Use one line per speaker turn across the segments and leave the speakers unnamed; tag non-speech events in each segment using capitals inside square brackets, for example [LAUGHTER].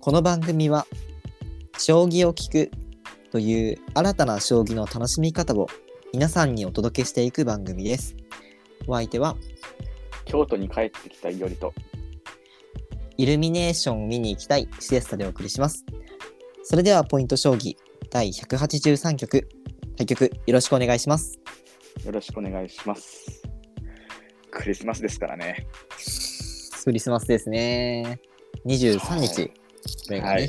この番組は「将棋を聞く」という新たな将棋の楽しみ方を皆さんにお届けしていく番組です。お相手は
京都に帰ってきたいよりと
イルミネーションを見に行きたいシエスタでお送りします。それではポイント将棋第183局対局よろしくお願いします。
よろしくお願いします。クリスマスですからね。
クリスマスですね。23日、
はい
これがね。
はい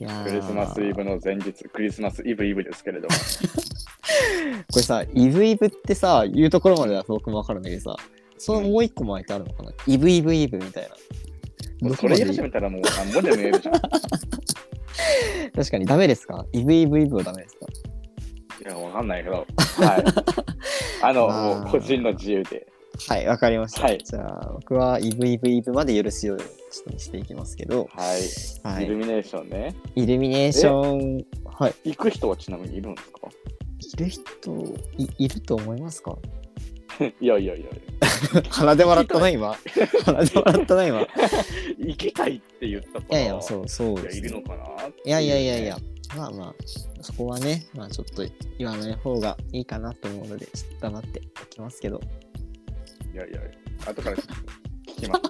いやー
クリスマスイブの前日、クリスマスイブイブですけれども、
[LAUGHS] これさ、イブイブってさ、言うところまでは僕もわかるんだけどさ、そのもう一個前ってあるのかな、イブイブイブみたいな。
もうそれ言い始めたらもう何本でも言えるじゃん。い
確かにダメですかイブイブイブはダメですか
や、わかんないけど、はい。あの、
まあ
もう個人の自由で。
はい、わかりました。
はい
じゃあ、僕はイブイブイブまで許すようにしていきますけど、
はい、
は
イル
い。
ミネーションね。
イルミネーション、はい。
行く人はちなみにいるんですか
い
[LAUGHS]
る人い、いると思いますか
いやいやいやい
[LAUGHS] 鼻で笑ったな、今。 [LAUGHS] 鼻で笑ったな、今。い
や、行きたいって言ったか
[LAUGHS]
ら、
やいや、そう、そう
い
で
や
す
い
ね、
るのかなってうね
いやいやいやいや、まあまあ、そこはね、まあちょっと言わない方がいいかなと思うので、ちょっと黙っておきますけど。
いやいや、後から聞きます。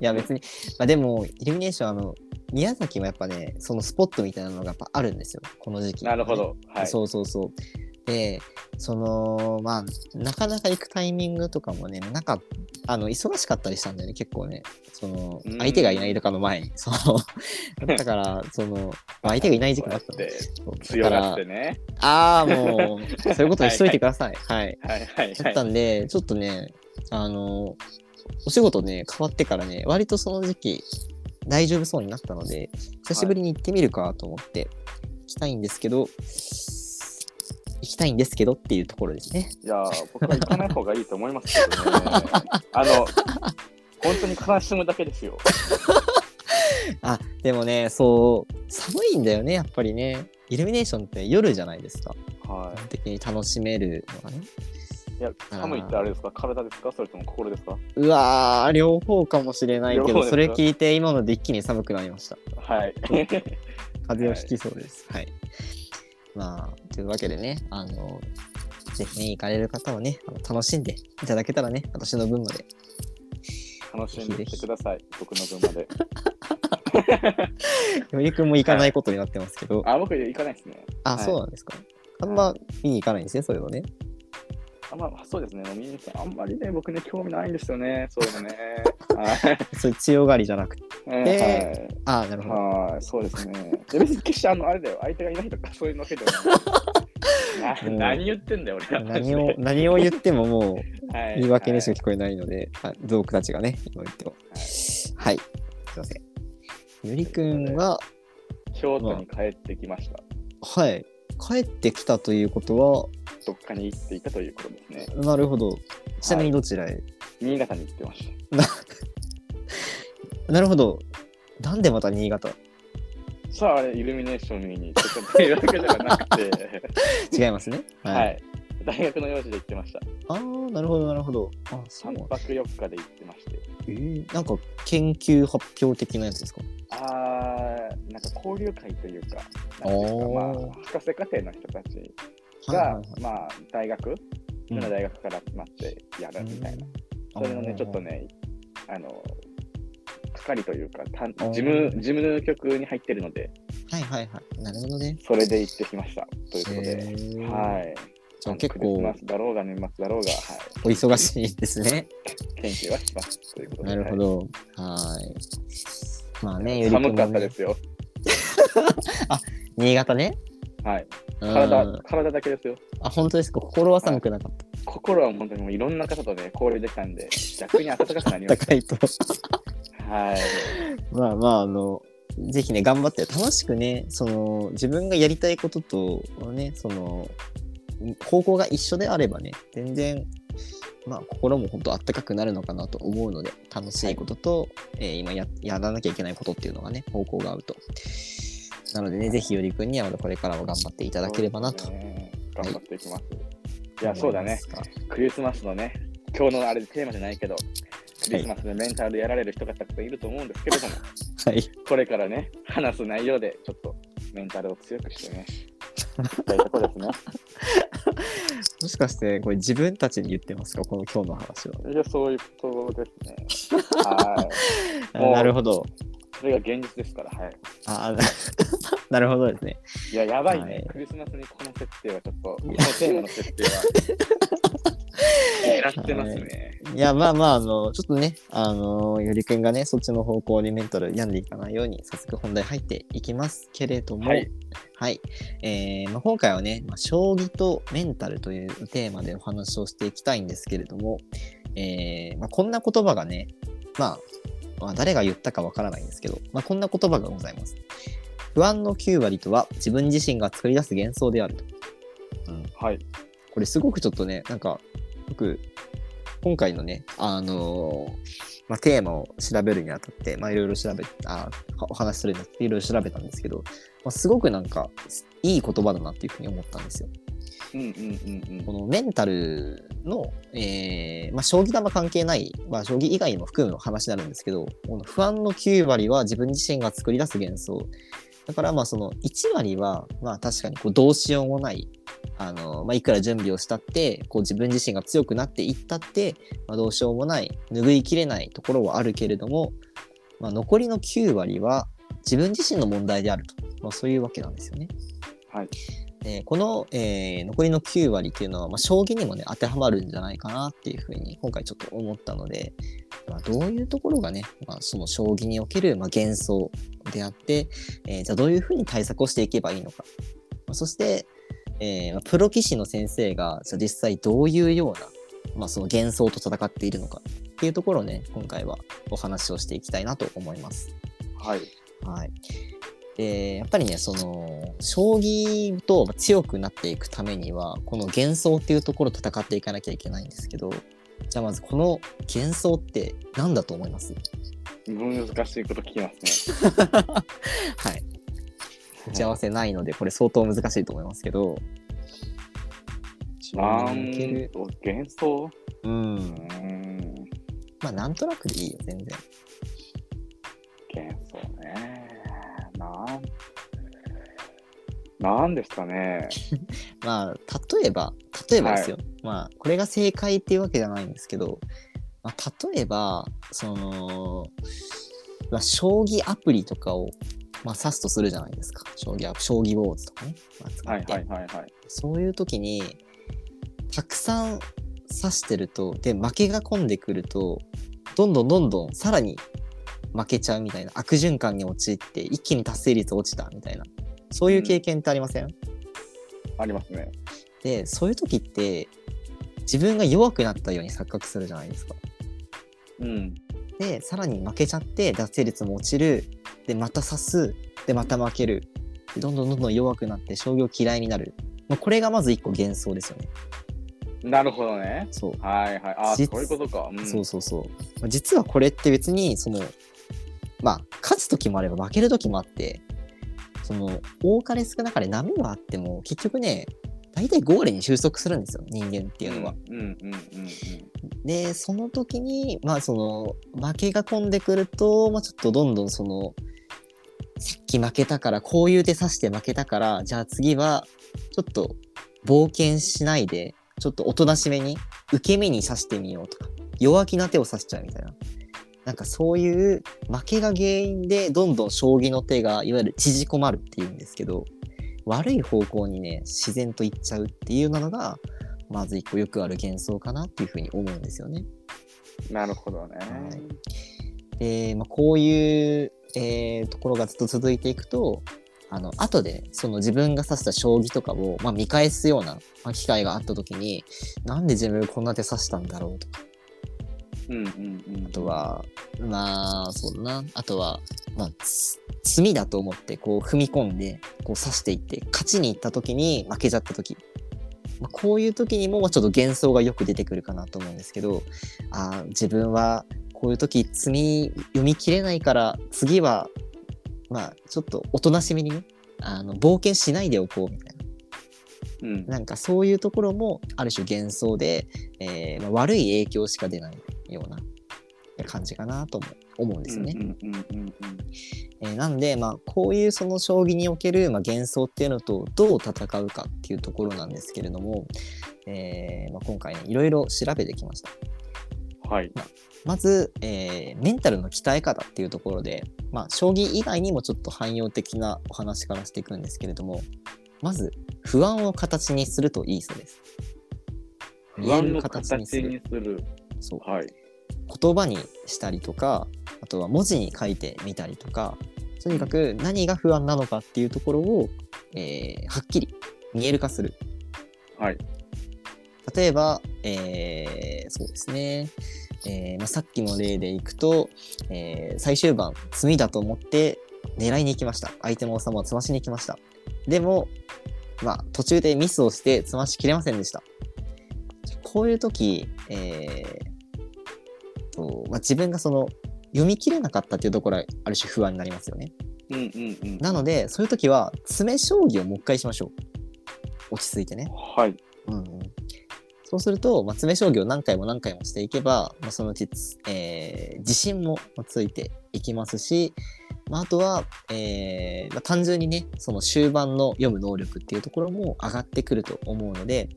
いや別に、まあでも、イルミネーション、あの、宮崎もやっぱね、そのスポットみたいなのがやっぱあるんですよ、この時期、
なるほ。ど。はい。
そうそうそう。で、その、まあ、なかなか行くタイミングとかもね、なんか、あの、忙しかったりしたんだよね、結構ね。その
う、ん
相手がいないとかの前に、そ
[LAUGHS]
の、だから、その、まあ相手がいない時期もあったの
そうや
で
って、
そう
強
だか
がっ
ら
て、ね。
ああ、もう、そういうことにしといてください。はい。
はいはい
だ
は
っ
い
た。んで、ちょっとね、あの、お仕事ね、変わってからね、割とその時期、大丈夫そうになったので、久しぶりに行ってみるかと思って、行きたいんですけど、行きたいんですけどっていうところです [LAUGHS] ね。
いやー、僕は行かない方がいいと思いますけど
[LAUGHS]
ね。あの、本当に悲しむだけですよ。
あ、でもね、そう、寒いんだよね、やっぱりね。イルミネーションって夜じゃないですか。
は
基本的に楽しめるのがね。
い。いや、寒いってあれですか体ですかそれとも心ですか
うわー、両方かもしれないけ
両方
ど、
ですか
それ聞いて今ので一気に寒くなりました。 [LAUGHS]
はい。
風邪をひきそうです。はい。まあ、というわけでね、あの、ぜひね、行かれる方はね、あの楽しんでいただけたらね、私の分まで。
楽しんできてください。僕の分まで。
よりくんも行かないことになってますけど、
あ、僕行かないですね。
あ、
はい
そうなんですか。あんま見に行かないんですね、そういうのね。
あんまそうですね。飲みに行ってあんまりね、僕ね、興味ないんですよね。そういうのね。はい
そういう強がりじゃなくて。
うん
えああ、なるほど。
はい。はい。そうですね。で別に決してあの、あれだよ。相手がいないとか、そういうのけでもない
[LAUGHS] う
な。
ん
何言ってんだよ、俺は。
何 [LAUGHS] を、何を言ってももう
はい
言い訳にし
は
か
い
聞こえないので、はい、道具たちがね、今言っても。はい。すいません。ゆりくんは、
京都に帰ってきました。
はい。帰ってきたということは、
どっかに行っていたということですね。
なるほど。ちなみにどちらへ、
新潟に行ってまし
[LAUGHS] なるほど。なんでまた新潟
た。さあ、あれ、イルミネーション見に行ってたというわけではな
[LAUGHS]
くて、
違いますね。
はい。大学の用事で行ってました。
ああ、なるほど、なるほど。あそう
3泊4日で行ってまして。
えーなんか研究発表的なやつですか
あー、なんか交流会というか、なんていうか、
お
まあ
ー、
博士課程の人た
はい
ち
はい
が
は、
まあ、大学、
い。
の大学から集まってやるみたいな。それのね、ちょっと
ね。
ね、あの、係というか、た
ー
事務、事務局に入ってるので、
はいはいはい。なるほどね。
それで行ってきました。ということで。
い。
はい。
じゃあ結
クリス
構
マスだろうが年末だろうが、は
お忙しいですね。
い、研究はします。ということで
なるほど。はい。まあね、
はい
ゆりくんも
寒
ね
かったですよ。
新潟ね。
はい。
うん
体、体だけですよ。
あ、本当ですか。心は寒くなかっ
心は本当にもういろんな方とね、交流できた
[LAUGHS]
んで、逆に暖かくなり
た。
まし
高いと。
た。はい。
まあまああのぜひね頑張って楽しくねその自分がやりたいこととねその方向が一緒であればね全然まあ心も本当あったかくなるのかなと思うので楽しいことと、えー今ややらなきゃいけないことっていうのがね方向が合うとなのでねぜひよりくんにはまたこれからも頑張っていただければなと
そう
思い
ですね
はい
頑張っていきます。い
ま
や、
す
そうだね。
が
クリスマスのね、今日のあれテーマじゃないけど、クリスマスでメンタルやられる人がたくさんいると思うんですけれども、
はい。
これからね、話す内容でちょっとメンタルを強くしてね、いきたいとこですね。
もしかして、これ自分たちに言ってますかこの今日の話は。
じゃあそういうことですね。はい。
あ
もう
なるほど。
それが現実ですから、はい。
あななるほどですね。
いや、やばいね。
はい
クリスマスにこの設定はちょっと、このテーマの設 [LAUGHS] 定は。狙ってますね。
いや、まあまあ、あの、ちょっとね、あの、よりくんがね、そっちの方向にメンタル病んでいかないように、早速本題入っていきますけれども、
は
はいい。えーまあ、今回はね、まあ、将棋とメンタルというテーマでお話をしていきたいんですけれども、えーまあ、こんな言葉がね、まあ、まあ、誰が言ったかわからないんですけど、まあ、こんな言葉がございます。不安の9割とは自分自身が作り出す幻想であると。
はい。
これすごくちょっとね、なんか、僕、今回のね、あのーまあ、テーマを調べるにあたって、まあ、いろいろ調べ、あーお話しするにあたっていろいろ調べたんですけど、まあ、すごくなんか、いい言葉だなっていうふうに思ったんですよ。
うんうんうん
このメンタルの、えーまあ、将棋玉関係ない、まあ、将棋以外にも含む話になるんですけど、この不安の9割は自分自身が作り出す幻想。だからまあその1割はまあ確かにこうどうしようもない。あのまあ、いくら準備をしたってこう自分自身が強くなっていったって、まあ、どうしようもない拭いきれないところはあるけれども、まあ、残りの9割は自分自身の問題であると、まあ、そういうわけなんですよね。
はい
でこの、えー残りの9割っていうのは、まあ、将棋にもね当てはまるんじゃないかなっていうふうに今回ちょっと思ったので、まあ、どういうところがね、まあ、その将棋における、まあ、幻想であって、えーじゃあどういうふうに対策をしていけばいいのか、まあそして、えーまあプロ棋士の先生がじゃあ実際どういうような、まあ、その幻想と戦っているのかっていうところをね今回はお話をしていきたいなと思います。
うん。はい。
はい、でやっぱりねその将棋とまあ強くなっていくためにはこの幻想っていうところと戦っていかなきゃいけないんですけどじゃあまずこの幻想って何だと思います
難しいこと聞きますね。
はい打ち合わせないのでこれ相当難しいと思いますけど。
なんと、幻想
うん
う、ーん。
まあなんとなくでいいよ全然
幻想ね。なん。なんですかね。
まあ例えば例えばですよ、まあこれが正解っていうわけじゃないんですけど、まあ、例えばその、まあ、将棋アプリとかを、まあ、指すとするじゃないですか将棋アプ将棋ウォーズとかね、まあ使
はい
って、
はいはいはい。
そういう時にたくさん指してるとで負けが込んでくるとどんどんどんどんさらに負けちゃうみたいな悪循環に陥って一気に達成率落ちたみたいなそういう経験ってありません
ありますね。
でそういう時って自分が弱くなったように錯覚するじゃないですか。
うん。
でさらに負けちゃって脱成率も落ちるでまた刺すでまた負けるでどんどんどんどん弱くなって将棋を嫌いになる、まあ、これがまず一個幻想ですよね。
なるほどね。
そう
はいはい。ああ、
実
そういうことか。うん、
そうそうそう。まあ実はこれって別にそのまあ勝つ時もあれば負ける時もあってその多かれ少なかれ波はあっても結局ね大体ゴールに収束するんですよ人間っていうのは。
うんうんうんうんうん。
でその時にまあその負けが込んでくると、まあ、ちょっとどんどんそのさっき負けたからこういう手指して負けたからじゃあ次はちょっと冒険しないでちょっとおとなしめに受け身に指してみようとか弱気な手を指しちゃうみたいな。なんかそういう負けが原因でどんどん将棋の手がいわゆる縮こまるっていうんですけど悪い方向にね自然といっちゃうっていうのがまず一個よくある幻想かなっていうふうに思うんですよね。
なるほどね。
はいで、まあ、こういう、えーところがずっと続いていくとあの後でね、その自分が指した将棋とかを、まあ、見返すような、まあ、機会があった時になんで自分こんな手指したんだろうとか
うんうんうん。
あとはまあそうだなあとは、まあ、つ罪だと思ってこう踏み込んでこう指していって勝ちに行った時に負けちゃった時、まあ、こういう時にもまあちょっと幻想がよく出てくるかなと思うんですけどあー自分はこういう時罪読み切れないから次はまあちょっとおとなしみにねあの冒険しないでおこうみたいな。
うん。
なんかそういうところもある種幻想で、えーまあ悪い影響しか出ないような感じかなとも思うんですよね。
うんうんうんうん
えーなんで、まあ、こういうその将棋における、まあ、幻想っていうのとどう戦うかっていうところなんですけれども、えーまあ、今回ねいろいろ調べてきました。
うん。はい。
まず、えーメンタルの鍛え方っていうところで、まあ、将棋以外にもちょっと汎用的なお話からしていくんですけれどもまず不安を形にするといいそうです。
不安の形にする。
そう
はい。
言葉にしたりとかあとは文字に書いてみたりとかとにかく何が不安なのかっていうところを、えーはっきり見える化する
はい。
例えば、えーそうですね、えーまあ、さっきの例でいくと、えー最終盤詰みだと思って狙いに行きました相手の王様を詰ましに行きましたでも、まあ、途中でミスをして詰ましきれませんでしたこういう時、えーとまあ、自分がその読み切れなかったっていうところはある種不安になりますよね
うんうんうん。
なのでそういう時は詰め将棋をもう一回しましょう落ち着いてね
はい。
うんうん、そうすると、まあ、詰め将棋を何回も何回もしていけば、まあ、そのうち、えー自信もまあついていきますし、まあ、あとは、えーまあ、単純にねその終盤の読む能力っていうところも上がってくると思うので、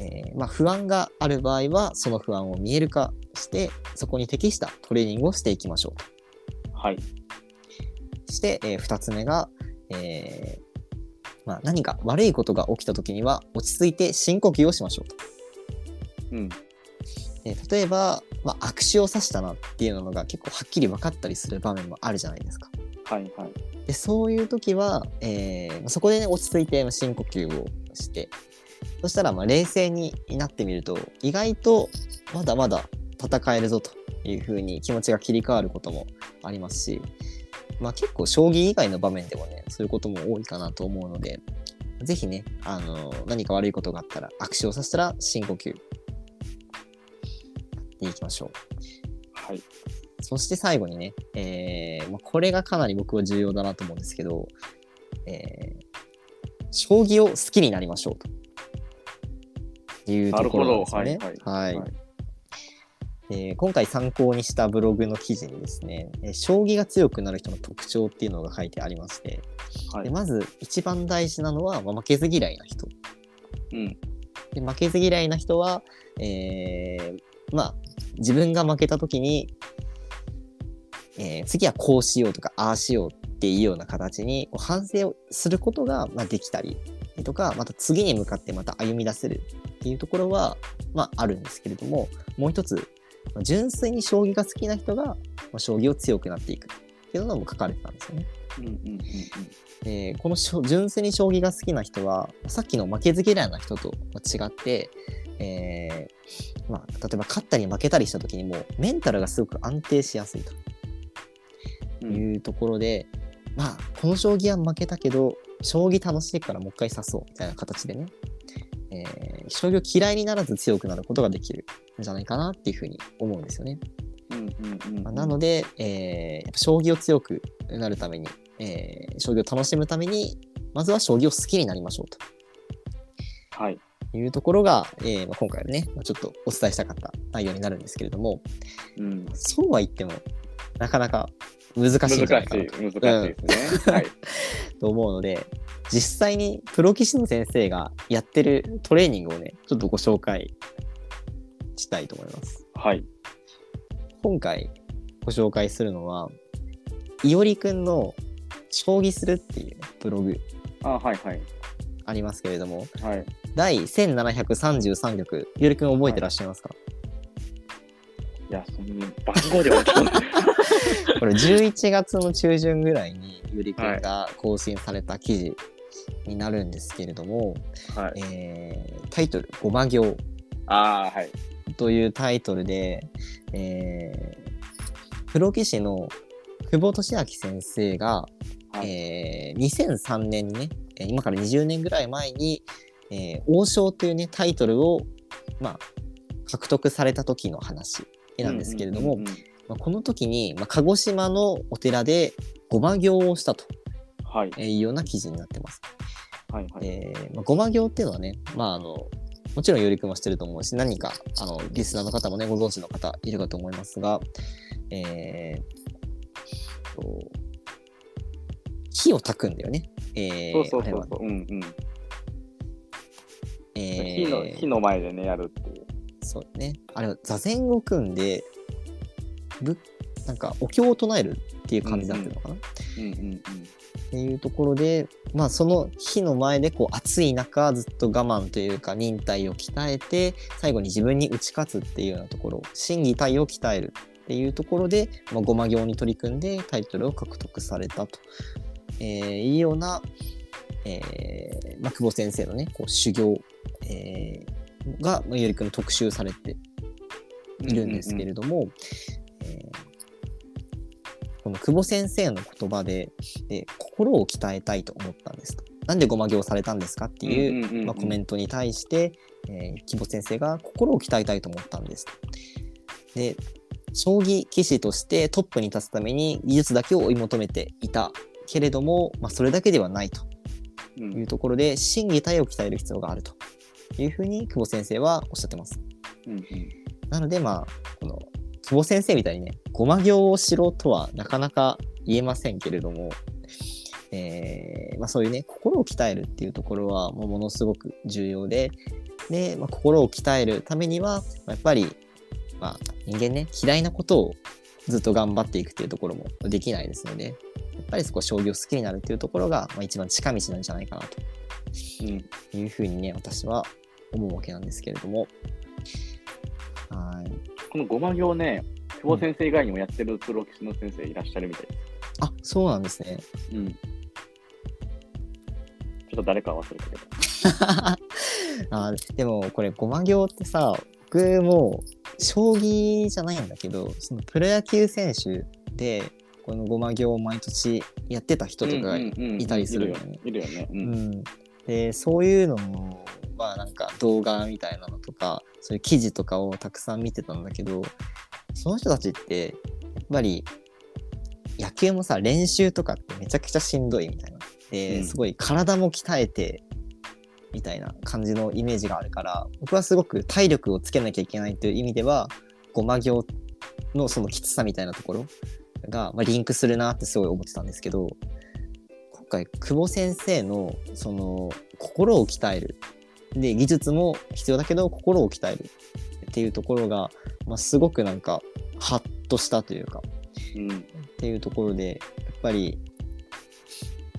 えーまあ、不安がある場合はその不安を見える化してそこに適したトレーニングをしていきましょう。
はい。
して、え2つ目が、えーまあ、何か悪いことが起きた時には落ち着いて深呼吸をしましょうと。
うん。
で例えば、まあ、握手を指したなっていうのが結構はっきり分かったりする場面もあるじゃないですか。
はいはい。
でそういう時は、えーまあそこでね落ち着いてまあ深呼吸をしてそしたらまあ冷静になってみると意外とまだまだ戦えるぞというふうに気持ちが切り替わることもありますし、まあ、結構将棋以外の場面でもねそういうことも多いかなと思うので是非ね、あの何か悪いことがあったら握手をさせたら深呼吸やっていきましょう。
はい。
そして最後にね、えーまあ、これがかなり僕は重要だなと思うんですけど、えー将棋を好きになりましょうというところなんですよね。
なるほ
はい
はい
えー今回参考にしたブログの記事にですね、えー将棋が強くなる人の特徴っていうのが書いてありまして、
は
で
い。
まず一番大事なのは、まあ負けず嫌いな人
うん。
で負けず嫌いな人は、えーまあ自分が負けた時に、えー次はこうしようとかああしようっていうような形にこう反省をすることが、まあ、できたりとかまた次に向かってまた歩み出せるっていうところは、まあ、あるんですけれどももう一つまあ純粋に将棋が好きな人が、まあ、将棋を強くなっていくっていうのも書かれてたんですよね。
うんうんうんうん。
でこのしょ純粋に将棋が好きな人はさっきの負けず嫌いな人と違って、えーまあ、例えば勝ったり負けたりした時にもメンタルがすごく安定しやすいと
うん
いうところで、まあこの将棋は負けたけど将棋楽しいからもう一回指そうみたいな形でね、えー将棋を嫌いにならず強くなることができるんじゃないかなっていうふうに思うんですよね。
うんうんうん
まあなので、えーやっぱ将棋を強くなるために、えー将棋を楽しむためにまずは将棋を好きになりましょう
はい。
というところが、えーまあ、今回はね、まあちょっとお伝えしたかった内容になるんですけれども
うん。
そうは言ってもなかなか難
難
し
し
い
い、
んじゃ
難
ない
し
かない
ですね。はい。
と思うので実際にプロ棋士の先生がやってるトレーニングをねちょっとご紹介したいと思います。
はい。
今回ご紹介するのはいおりくんの「将棋する」っていうブログ
あ、はいはい。
ありますけれども
はい。
第1733局ゆりくん覚えてらっしゃいますか、
いや、その番号では聞こない。
これ11月の中旬ぐらいにゆりくんが更新された記事になるんですけれども、 [LAUGHS]
はい。
えータイトル「ごま行
あー、はい。」
というタイトルで、えープロ棋士の久保利明先生が、
はい。
えー2003年にねえー今から20年ぐらい前に「えー王将」というねタイトルを、まあ、獲得された時の話なんですけれども、
うんうんうん
まあ、この時に、まあ、鹿児島のお寺で護摩行をしたと
うんはい。
いうような記事になってます。
はいはい。
えーまあ、護摩行っていうのはね、まあ、あのもちろんよりくんはしてると思うし、何か、あの、リスナーの方もね、ご存知の方いるかと思いますが、えー、と、火を焚くんだよね。えー、
そうそうそ
あ
う
れは
そう。うんうん。
えー
火の火の前でね、やるっていう。
そうね。あれは座禅を組んで、ぶなんかお経を唱えるっていう感じになってるのかな、っ
うんうんうん。
ていうところで、まあその火の前でこう暑い中ずっと我慢というか忍耐を鍛えて、最後に自分に打ち勝つっていうようなところ、心技体を鍛えるっていうところで、まあ、ごま行に取り組んでタイトルを獲得されたと、えーいうような、えーまあ、久保先生のね、こう修行、えーが、まあ、よりくんに特集されているんですけれども、えーこの久保先生の言葉でで心を鍛えたいと思ったんですと。なんでごま行されたんですかっていう,、
うんうんうんうん
まあ、コメントに対して、えー、木保先生が心を鍛えたいと思ったんですと。で将棋棋士としてトップに立つために技術だけを追い求めていたけれども、まあ、それだけではないと
うんうん
いうところで心技体を鍛える必要があるというふうに久保先生はおっしゃってます。
うんうん
なのでまあこの久保先生みたいにねごま行をしろとはなかなか言えませんけれども、えーまあ、そういうね心を鍛えるっていうところはもうものすごく重要でで、まあ、心を鍛えるためにはまあやっぱり、まあ、人間ね嫌いなことをずっと頑張っていくっていうところもできないですのでやっぱりそこ将棋を好きになるっていうところが、まあ、一番近道なんじゃないかなと
うん
というふうにね私は思うわけなんですけれどもはい
このごま行ね、久保先生以外にもやってるプロ棋士の先生いらっしゃるみたいで
あそうなんですね
す。うん。ちょっと誰か忘れたけど。
あでもこれごま行ってさ僕もう将棋じゃないんだけどそのプロ野球選手でこのごま行を毎年やってた人とかが
うんうんうん
いたりするよね
いるよね。いるよ
う
ね。
ん、でそういうのもまあなんか動画みたいなのとかそういう記事とかをたくさん見てたんだけどその人たちってやっぱり野球もさ練習とかってめちゃくちゃしんどいみたいなで、
うん
すごい体も鍛えてみたいな感じのイメージがあるから僕はすごく体力をつけなきゃいけないという意味ではごま行のそのきつさみたいなところが、まあ、リンクするなってすごい思ってたんですけど今回久保先生のその心を鍛えるで技術も必要だけど心を鍛えるっていうところが、まあ、すごくなんかハッとしたというか
うん。うん
っていうところでやっぱり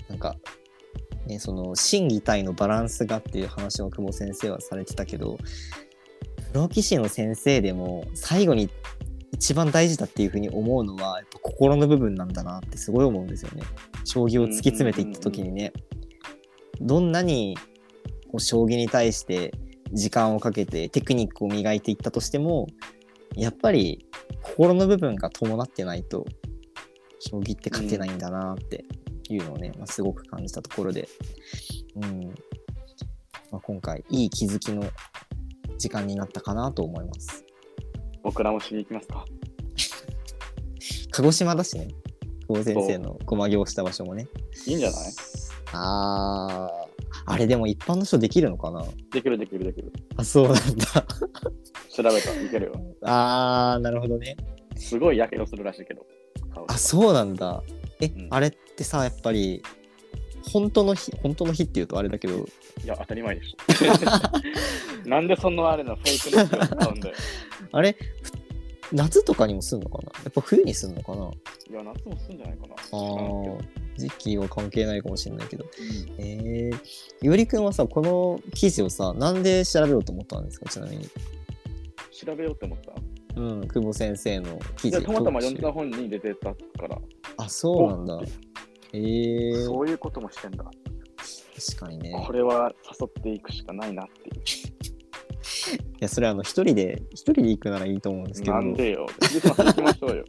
なんか、ね、その心技体のバランスがっていう話を久保先生はされてたけどプロ棋士の先生でも最後に一番大事だっていうふうに思うのはやっぱ心の部分なんだなってすごい思うんですよね。将棋を突き詰めていった時にね、どんなにこう将棋に対して時間をかけてテクニックを磨いていったとしてもやっぱり心の部分が伴ってないと将棋って勝てないんだなっていうのをね、まあ、すごく感じたところで、うんまあ、今回いい気づきの時間になったかなと思います
僕らもしに行きますか。
鹿児島だしね久保先生の駒行した場所もね
いいんじゃない
あーあれでも一般の人できるのかな
できるできるできる。
あそうなんだ
調べた。いけるよ。
あーなるほどね
すごいやけどするらしいけど。
あそうなんだえ、
うん
あれってさやっぱり本当の日本当の日っていうとあれだけど
いや、当たり前でし
[LAUGHS]
ょ。なんでそんなあれなフェイクネスを使うんだよ。
あれふ夏とかにもすんのかなやっぱ冬にすんのかない
や、夏もすんじゃないかな。
あー時期は関係ないかもしれないけど
知らんけど
えー、いおりくんはさこの記事をさなんで調べようと思ったんですかちなみに
うん調べようって思った。
うん久保先生の記
いや
事
たまたま
特集
読んだ本に出てたから、
あそうなんだ
おって
えー、
そういうこともしてんだ。
確かにね
これは誘っていくしかないなっていう。
いやそれあの一人で一人で行くならいいと思うんですけど
なんでよ。クリスマス行きましょ
[LAUGHS]
うよ。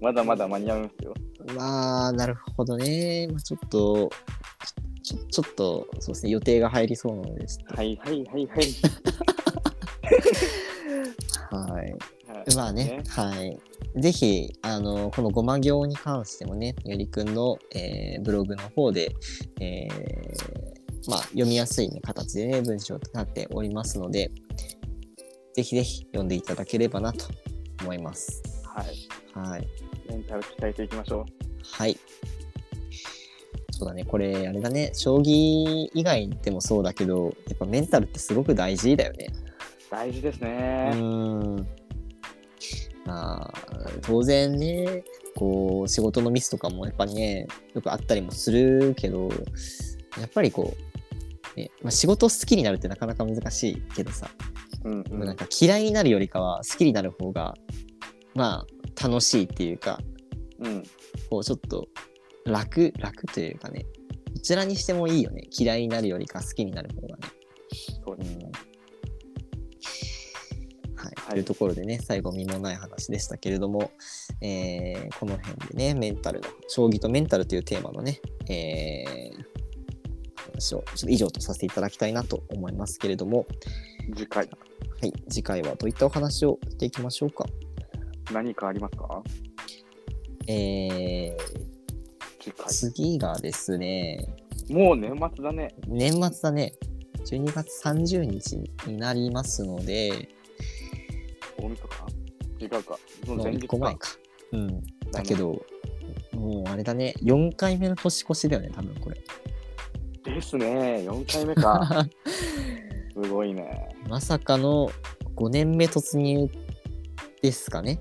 まだまだ間に合いますよ。
まあなるほどね、まあ、ちょっとちょちょっとそうですね予定が入りそうなのでちょっ
はいはいはいはい。
とはい
は
[LAUGHS] まあね
ね、
はい。ぜひ、あの、このごま行に関してもね、よりくんの、えーブログの方で、えーまあ、読みやすい、ね、形でね、文章となっておりますので、ぜひぜひ読んでいただければなと思います。
はい。
はい。
メンタル鍛えていきましょ
はい。そうだね、これ、あれだね、将棋以外でもそうだけど、やっぱメンタルってすごく大事だよね。
う。大事です
う
ね。
ーん。まあ、当然ね、こう、仕事のミスとかもやっぱね、よくあったりもするけど、やっぱりこう、ねまあ、仕事を好きになるってなかなか難しいけどさ、
うん、
もう
う
なん
ん。
か嫌いになるよりかは好きになる方が、まあ、楽しいっていうか、
うん。
こうちょっと楽楽というかねどちらにしてもいいよね嫌いになるよりか好きになる方がね、
そう
う
です
ん
ね。
はい、
はい
というところでね最後身もない話でしたけれども、えーこの辺でねメンタルの将棋とメンタルというテーマのね、えー話をちょっと以上とさせていただきたいなと思いますけれども、
次回、
はい、次回はどういったお話をしていきましょうか。
何かありますか
えー
次回。
次がですね、
もう年末だね。
年末だね、12月30日になりますので、
大晦日か違うか。その
もう
前
1
日
個前
か。
か。うん、だけど、もうあれだね、4回目の年越しだよね、多分これ。
ですね。4回目か。
[LAUGHS]
すごいね。
まさかの5年目突入ですかね。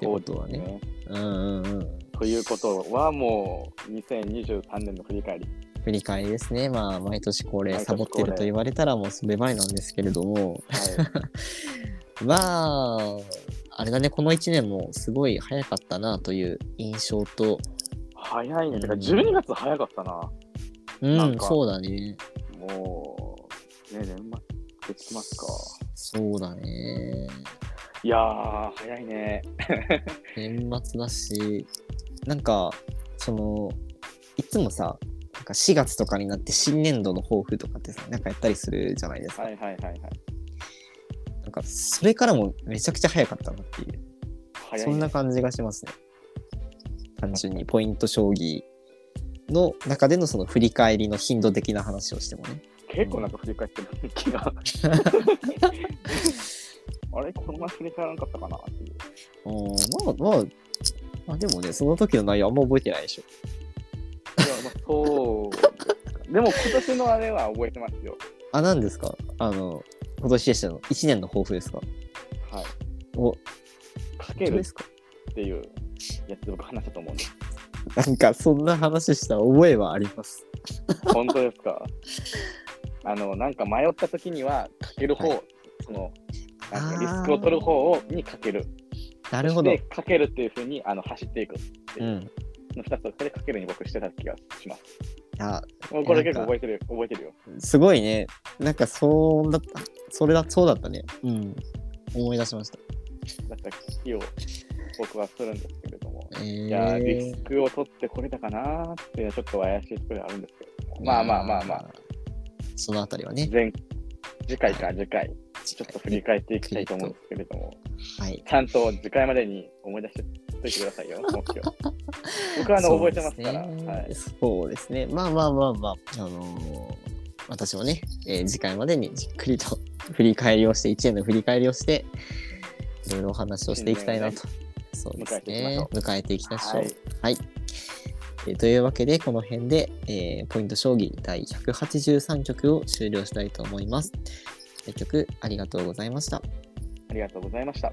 てことはね
そう
うん
です。
うんうん。
ということはもう2023年の振り返り。
振り返りですね。まあ、毎年恒例、
毎年
サ
恒
ボ
例
ってると言われたらもうそれまでなんですけれども、
はい。
まあ、あれだね、この1年もすごい早かったなという印象と、
早いね。てか
うん
12月早かったな。
う
なん
ん、
か
そうだね。
もう、ね、年末できますか。
そうだね。
いやー、早いね。
年末だし、なんか、その、いつもさ、なんか4月とかになって新年度の抱負とかってさ、なんかやったりするじゃないですか。
はいはいはいはい。
なんか、それからもめちゃくちゃ早かったなっていう、
早い、
そ
ね。
んな感じがしますね。単純にポイント将棋の中でのその振り返りの頻度的な話をしてもね。
結構なんか振り返ってる気
[LAUGHS]
が。あれこの前振り返らなかったかなっていう。
うん、まあまあ、まあでもね、その時の内容あんま覚えてないでしょ。
いや、まあ、そう。でも今年のあれは覚えてますよ。
あ、何ですかあの、今年でしたの1年の抱負ですか
はい。
お、
かけ
どう
る
で
っ
すか
ていうやつ僕話したと思う
[LAUGHS]
んです。
なんかそんな話した覚えはあります。
本当ですかあの、なんか迷った時にはかける方、
は
その、なん
あー
かリスクを取る方をにかける。
なるほど
で、。かけるっていうふうにあの走っていく。
うん。
の2つをそれかけるに僕してた気がします。
あ、
もうこれ結構覚えてる、覚えてるよ。
すごいね。なんかそうだった。それだ、そうだったね。うん。思い出しました。
だった気を僕はするんですけれども。
え
いやー、
ー
リスクを取ってこれたかなーっていうのはちょっと怪しいところがあるんですけども。まあまあまあまあ、。
そのあたりはね。
前、次回か次回、ちょっと振り返っていきたいと思うんですけれども。
はい。
ちゃんと次回までに思い出しておいてくださいよ、目標。僕はあの覚えてますから、
そうですね
はい、
そうですね。まあまあまあまあ。あのー私もね、えー次回までにじっくりと振り返りをして、1年の振り返りをして、いろいろお話をしていきたいなと。そうですね。迎えていきましょう。はい。えーというわけで、この辺で、えーポイント将棋第183局を終了したいと思います。対局ありがとうございました。
ありがとうございました。